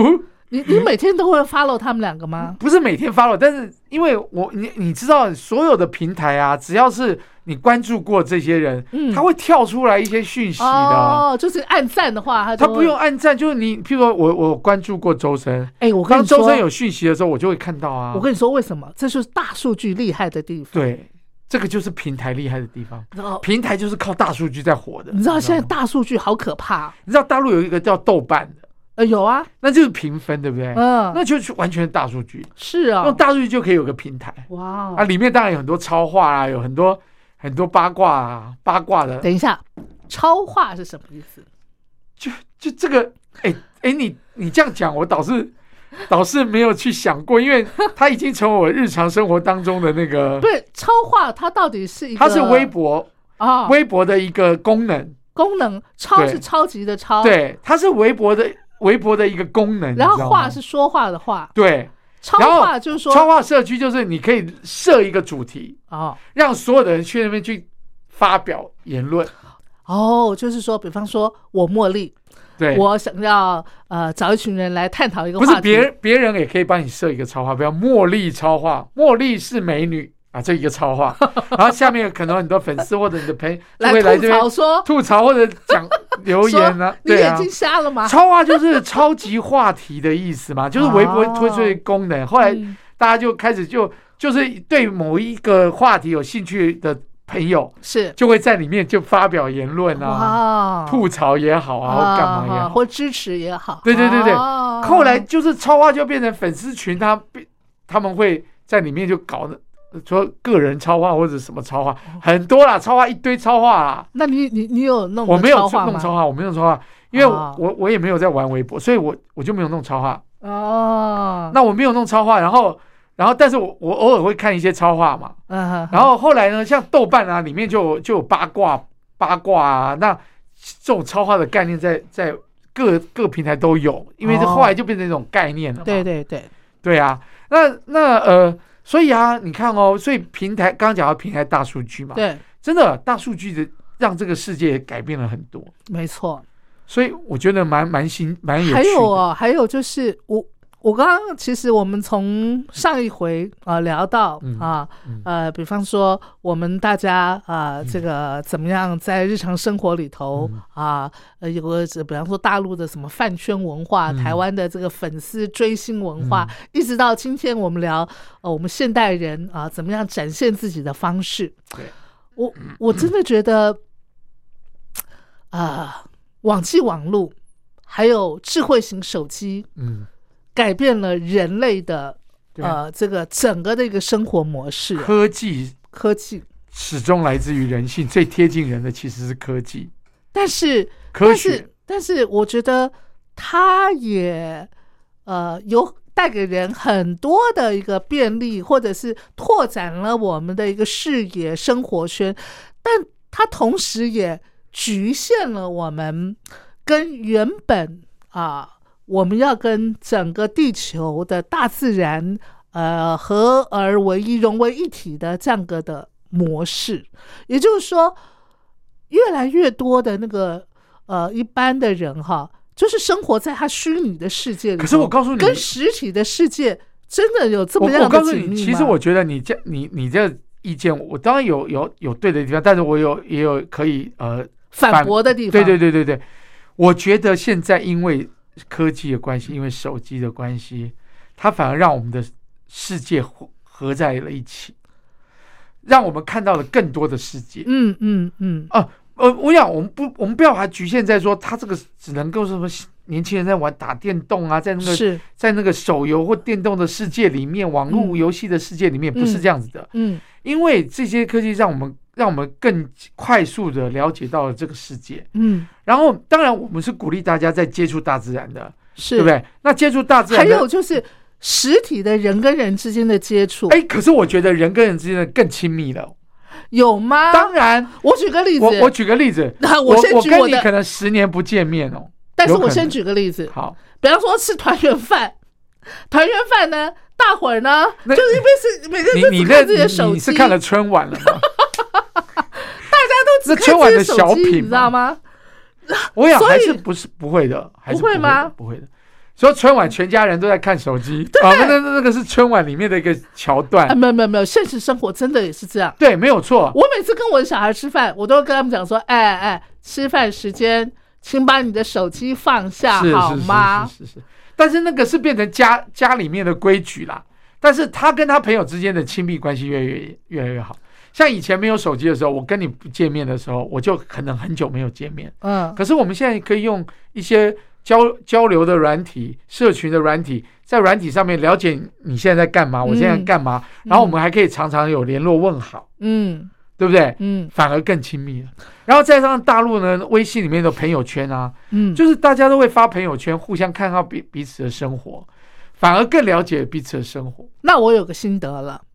你你每天都会 follow 他们两个吗？不是每天发了，但是因为我你你知道，所有的平台啊，只要是你关注过这些人，嗯他会跳出来一些讯息的。哦，就是按赞的话，他他就不会用。按赞，就是你，譬如说我我关注过周深，哎，我跟当你说周，深有讯息的时候，我就会看到啊。我跟你说为什么？这就是大数据厉害的地方。对，这个就是平台厉害的地方，然后平台就是靠大数据在火的。哦你知道现在吗大数据好可怕？你知道大陆有一个叫豆瓣的，呃，有啊，那就是评分，对不对？嗯，那就是完全大数据，是啊用，大数据就可以有个平台哇啊，哦！里面当然有很多超话啊，有很多很多八卦啊，八卦的，等一下，超话是什么意嗯思？就就这个，哎哎，你你这样讲，我倒是。倒是没有去想过，因为它已经成为我日常生活当中的那个不，是超话，它到底是一个？它是微博啊，微博的一个功能，功能超对是超级的超，，对，它是微博的微博的一个功然能。你知后道话吗是说话的话，对，超然后话就是说超话社区就是你可以设一个主题，哦让所有的人去那边去发表言论。哦，就是说，比方说我茉莉，对，我想要呃找一群人来探讨一个不话是题，别人别人也可以帮你设一个超话，不要茉莉超话，茉莉是美女啊，这一个 超话，然后下面可能很多粉丝或者你的朋友就会来来这吐边槽说吐槽或者讲留说言啊，你对眼啊。睛瞎了吗？超话就是超级话题的意思嘛，就是微博推出的功能。后来嗯大家就开始就就是对某一个话题有兴趣的朋友，是就会在里面就发表言论啊，哇吐槽也好啊，或干嘛也啊好。或支持也好，对对对对哦后来就是超话就变成粉丝群，他被他们会在里面就搞的。说个人超话或者什么超话哦很多啦，超话一堆超话啦，那你你你有弄我没有话弄吗超话，我没有弄超话，因为哦我我我也没有在玩微博，所以我我就没有弄超话。哦，那我没有弄超话，然后然后但是我我偶尔会看一些超话嘛。嗯然后后来呢，像豆瓣啊，里面就有就有八卦八卦啊，那这种超话的概念在在各各平台都有，因为这哦后来就变成一种概念了嘛。对对对，对啊，那那呃，所以啊，你看哦，所以平台刚刚讲到平台大数据嘛，，对，真的大数据的让这个世界改变了很多，没错。所以我觉得蛮蛮新蛮有趣的。还有哦，还有就是我我刚刚其实我们从上一回呃聊到嗯啊嗯呃，比方说我们大家啊、这个怎么样在日常生活里头嗯啊、呃，有个比方说大陆的什么饭圈文嗯化，台湾的这个粉丝追星文化，一直到今天我们聊呃我们现代人啊、怎么样展现自己的方式，对我我真的觉得啊、网际网路还有智慧型手机嗯，改变了人类的对啊，呃这个整个的一个生活模式， 科技科技。始终来自于人性，最贴近人的其实是科技。但是，科但学是，但是，我觉得它也呃有带给人很多的一个便利，或者是拓展了我们的一个视野、生活圈，但它同时也局限了我们跟原本啊、我们要跟整个地球的大自然呃合而为一、融为一体的这样个的模式。也就是说，越来越多的那个呃一般的人哈，就是生活在他虚拟的世界里头。可是我告诉你跟实体的世界真的有这我么样我的告诉紧你，密其实吗我觉得你这你你这意见，我当然有有有对的地方，但是我有也有可以呃反驳的地方，对对对对对，我觉得现在因为科技的关系，因为手机的关系，它反而让我们的世界合合在了一起，让我们看到了更多的世界。嗯嗯嗯，啊，呃，我想我们不，我们不要把它局限在说它这个只能够是什么年轻人在玩打电动啊，在那个是，在那个手游或电动的世界里面，网络嗯游戏的世界里面，不是嗯这样子的，嗯因为这些科技让我们让我们更快速的了解到了这个世界。嗯然后，当然我们是鼓励大家在接触大自然的，是，对不？对？那接触大自还然的，有就是实体的人跟人之间的接触，哎，可是我觉得人跟人之间的更亲密了。有吗？当然，我举啊个例子，，我我举个例子 那我我先举跟我你的可能十年不见面哦，但是有可我先能举个例子，好。比方说吃团圆饭，团圆饭呢，大伙儿呢，就那是因为是每个人你都你只那看自己的手机，你是看了春晚了吗？ 大家都只那春看晚自己手的小机，品你知道吗？我想所以还是不是不会的，还是不会的吗不会的。所以春晚全家人都在看 手机，啊，那那那个是春晚里面的一个桥段啊，，没有没有没有，现实生活真的也是这样。对，没有错。我每次跟我的小孩吃饭，我都会跟他们讲说：“哎哎，吃饭时间，请把你的手机放下，是好是吗？”是是是是，但是那个是变成家家里面的规矩啦。但是他跟他朋友之间的亲密关系越来越越来越好。像以前没有手机的时候，我跟你不见面的时候，我就可能很久没有见面。嗯，可是我们现在可以用一些交交流的软体、社群的软体，在软体上面了解你现在在干嘛，我现在在干嘛，然后我们还可以常常有联络问好，嗯对不对？嗯反而更亲密了。然后再上大陆呢，微信里面的朋友圈啊，嗯，就是大家都会发朋友圈，互相看到彼彼此的生活，反而更了解彼此的生活。那我有个心得了，嗯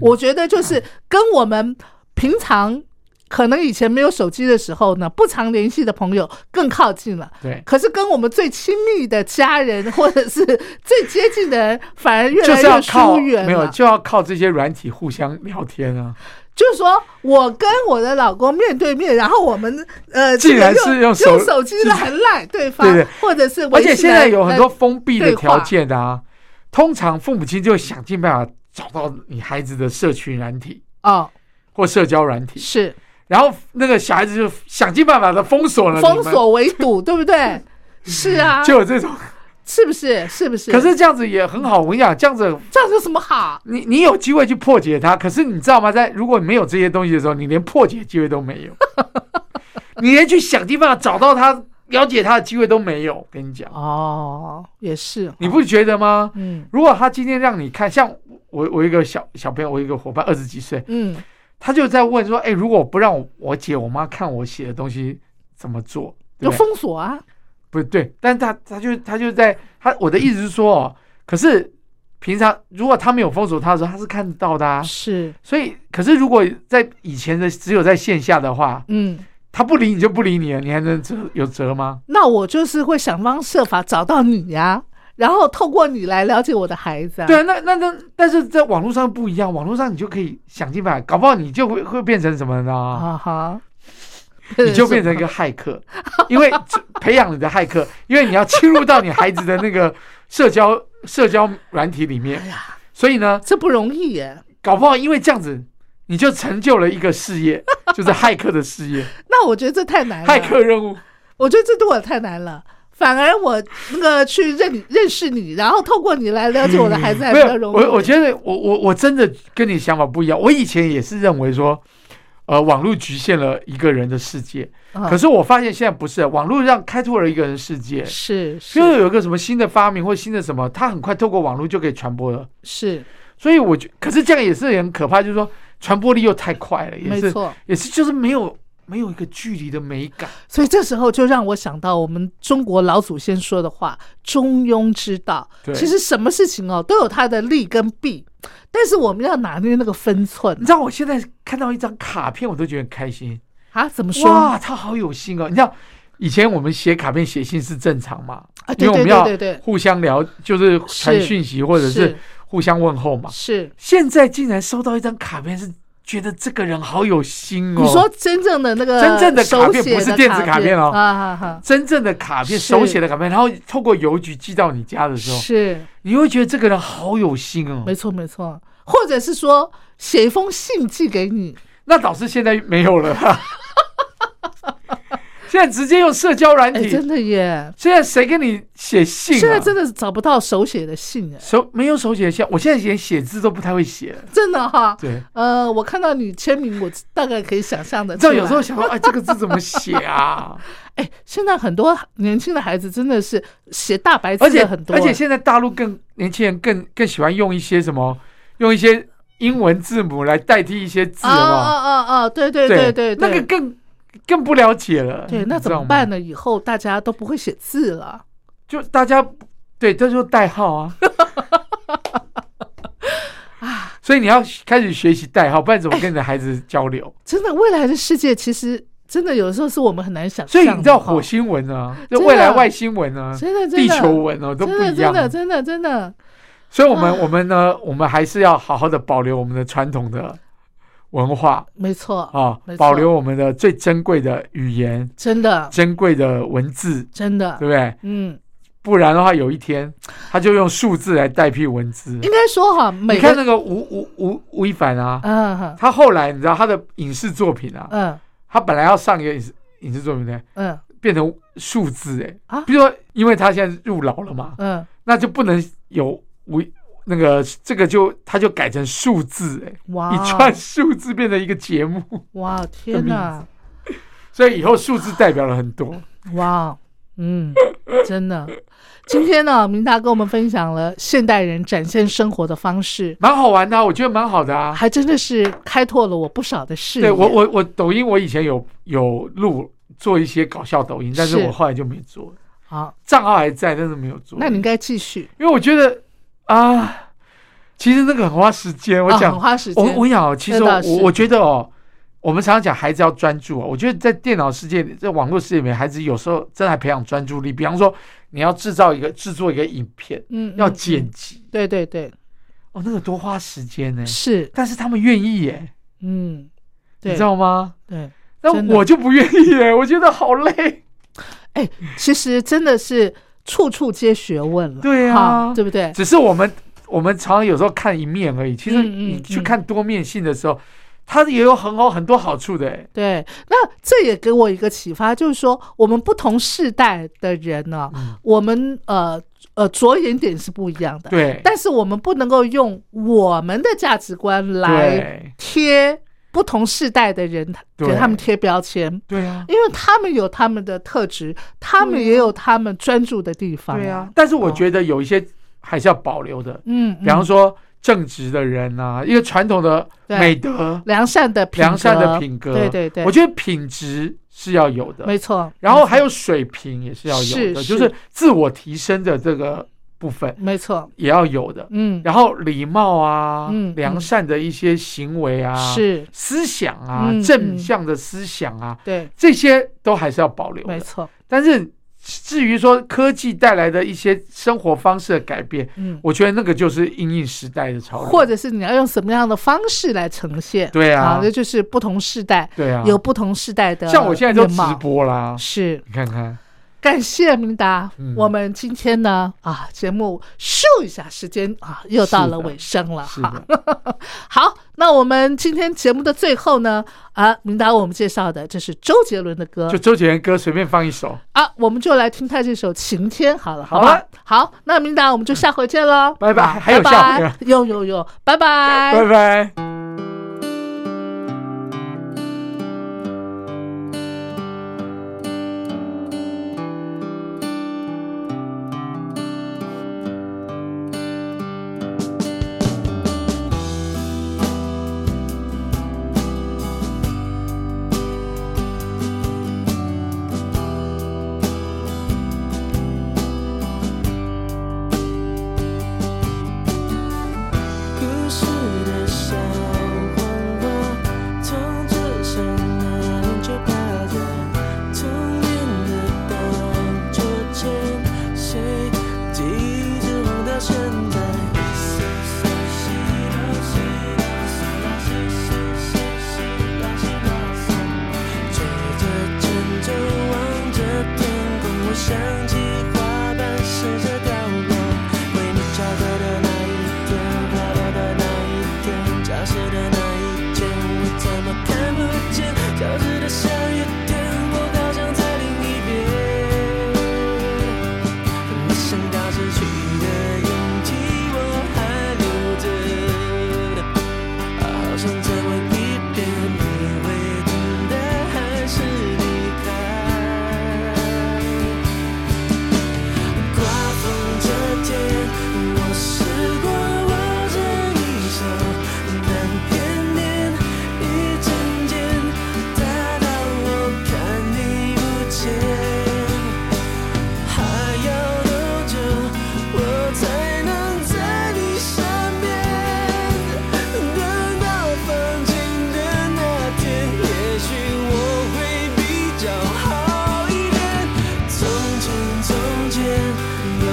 我觉得就是跟我们平常可能以前没有手机的时候呢，不常联系的朋友更靠近了。对，可是跟我们最亲密的家人或者是最接近的人，反而越就来是要越靠疏远没有，了。就要靠这些软体互相聊天啊。就是说我跟我的老公面对面，然后我们呃，竟然这个是用用手用手机来赖对方，对对或者是而微信且现在来有很多封闭的对话条件的啊，通常父母亲就会想尽办法找到你孩子的社群软体哦，或社交软体，是然后那个小孩子就想尽办法的封锁了你封，们锁围堵，对不 对？是啊，啊就有这种。是不是？是不是？可是这样子也很好，我跟你讲，这样子这样有什么好？你你有机会去破解它，可是你知道吗？在如果没有这些东西的时候，你连破解机会都没 有，你连去想尽办法找到它、了解它的机会都没有。跟你讲，哦，也是，你不觉得吗？嗯如果他今天让你看，像我我一个小小朋友，我一个伙伴二十几岁，嗯他就在问说：“哎、如果不让我我姐我妈看我写的东西怎么做？”对有不对？封锁啊，不对，但他他就他就在他我的意思是说哦，可是平常如果他没有封锁他的时候，他是看得到的啊。是，所以，可是如果在以前的只有在线下的话，嗯，他不理你就不理你了，你还能折有折吗？那我就是会想方设法找到你呀、然后透过你来了解我的孩子、啊。对啊，那那那，但是在网络上不一样，网络上你就可以想尽办法，搞不好你就会会变成什么呢？啊哈， 你就变成一个骇客，因为培养你的骇客， 因为你要侵入到你孩子的那个社交社交软体里面，所以呢，这不容易耶。搞不好因为这样子，你就成就了一个事业， 就是骇客的事业，那我觉得这太难了。骇客任务。我觉得这对我太难了。反而我那个去认认识你，然后透过你来了解我的孩子，还嗯没比较有，容易。我我觉得我我我真的跟你想法不一样。我以前也是认为说，呃，网络局限了一个人的世界，嗯可是我发现现在不是，网络让开拓了一个人世界。是因为是有一个什么新的发明或新的什么，它很快透过网络就可以传播了。是，所以我觉，可是这样也是很可怕，就是说传播力又太快了，也没是错。也是就是没有没有一个距离的美感。所以这时候就让我想到我们中国老祖先说的话“中庸之道”。对其实什么事情哦都有它的利跟弊，但是我们要拿捏那个分寸你知道我现在看到一张卡片，我都觉得很开心。啊。怎么说？哇，他好有心哦！你知道以前我们写卡片、写信是正常嘛？啊对因为我们对要对对对互相聊，就是传是讯息或者是是互相问候嘛。是现在竟然收到一张卡片，是觉得这个人好有心哦。你说真正的那个真正的卡手片写不是电子卡片哦啊哈哈，真正的卡是片，手写的卡片，然后透过邮局寄到你家的时候，是你会觉得这个人好有心哦没。错没错，或者是说写一封信寄给你，那导师现在没有了， 现在直接用社交软哎，体。真的耶，现在谁跟你写信、啊？现在真的找不到手写的信哎，手没有手写像我现在连写字都不太会写了。真的哈。对，呃，我看到你签名，我大概可以想象的你出知来。道有时候想说， 哎，这个字怎么写啊？哎，现在很多年轻的孩子真的是写大白而字且的很多，而且现在大陆更年轻人更更喜欢用一些什么，用一些英文字母来代替一些字啊啊嘛。啊啊，对对对对对，那个更更不了解了。对，那你知怎道么办吗？呢？以后大家都不会写字了。就大家对，这就是代号啊。 所以你要开始学习代号，不然怎么跟你的孩子交流？真的，未来的世界其实真的有的时候是我们很难想所象的以哈。你知道火星文啊，就真的未来外星文啊，真的真的地球文哦、都不真的一真。样的真的真的，所以，我们我们呢，我们还是要好好的保留我们的传统的文化没错啊没，错保留我们的最珍贵的语言、真的珍贵的文字，真的对，不对？嗯，不然的话，有一天他就用数字来代替文字应。该说哈，每你看个那个吴吴吴吴亦凡啊，嗯哼他后来你知道他的影视作品啊，嗯他本来要上一个影视影视作品呢，嗯变成数字哎、啊比如说，因为他现在入牢了嘛，嗯，那就不能有无那个这个就他就改成数字哎、哇，哦一串数字变成一个节目， 哇，天哪，所以以后数字代表了很多。哇，嗯，真的。今天呢，明达跟我们分享了现代人展现生活的方式，蛮好玩的啊、我觉得蛮好的啊。还真的是开拓了我不少的视野。对我我我抖音我以前有有录做一些搞笑抖音，但是是我后来就没做，好，账号还在，但是没有做。那你应该继续。因为我觉得啊，其实那个很花时间。我啊讲、很花时间我我跟你讲哦，其实这我倒是我我觉得哦，我们常常讲孩子要专注哦，我觉得在电脑世界里，在网络世界里面，孩子有时候真的还培养专注力。比方说，你要制造一个制作一个影片，嗯，要嗯剪嗯辑、对对对，哦，那个多花时间呢。是，但是他们愿意耶，嗯，你对知，道吗？对。那真的我就不愿意耶，我觉得好累。哎，其实真的是处处皆学问了，对啊哈对不对？只是我们我们常常有时候看一面而已，其实嗯嗯你去嗯看多面性的时候，它也有很好很多好处的耶。对，那这也给我一个启发，就是说我们不同世代的人呢、嗯我们呃呃着眼点是不一样的，对，但是我们不能够用我们的价值观来对贴不同世代的人，对给他们贴标签。对啊，因为他们有他们的特质，他们也有他们专注的地方、对啊，，但是我觉得有一些还是要保留的，哦嗯，比方嗯说正直的人啊，一个传统的对美德、良善的品良善的格品格，对对对，我觉得品质是要有的，没错。然后没错还有水平也是要有的，是就是是自我提升的这个部分没错，也要有的，嗯，然后礼貌啊，嗯良嗯善的一些行为啊，是思想啊，嗯正嗯向的思想啊，对，这些都还是要保留的没，错，但是至于说科技带来的一些生活方式的改变，嗯，我觉得那个就是因应时代的潮流，或者是你要用什么样的方式来呈现？对啊那就是不同世代对啊，有不同世代的像我现在都面直貌播啦，是。你看看，感谢明达，嗯我们今天呢啊节目咻一下时间啊又到了尾声了是哈 的。，好，那我们今天节目的最后呢啊，明达我们介绍的这是周杰伦的歌就周杰伦歌随便放一首，啊，我们就来听他这首《晴天》好了，好吧？啊好，那明达我们就下回见喽，拜拜啊还有拜下回拜啊，有有有，拜拜拜拜。故事的小黄瓜，从这山那里就爬着，从远的荡秋千，谁记着红到现在？谁谁谁到谁谁到谁谁谁谁到谁到谁？追着牵着望着天空，我想起花瓣试着掉落。为你飘飘的那一天，飘飘的那一天，消失的那一天，我怎么看不见？消失的下雨天，我好想在另一边。没想到失去的勇气我还留着，好想再问一遍，你会等待还是离开？刮风这天，我试过握着你手，但偏偏一瞬间，大到我看你不见。还要多久，我才能在你身边？等到放晴的那天，也许我会比较好一点。从前，从前，有。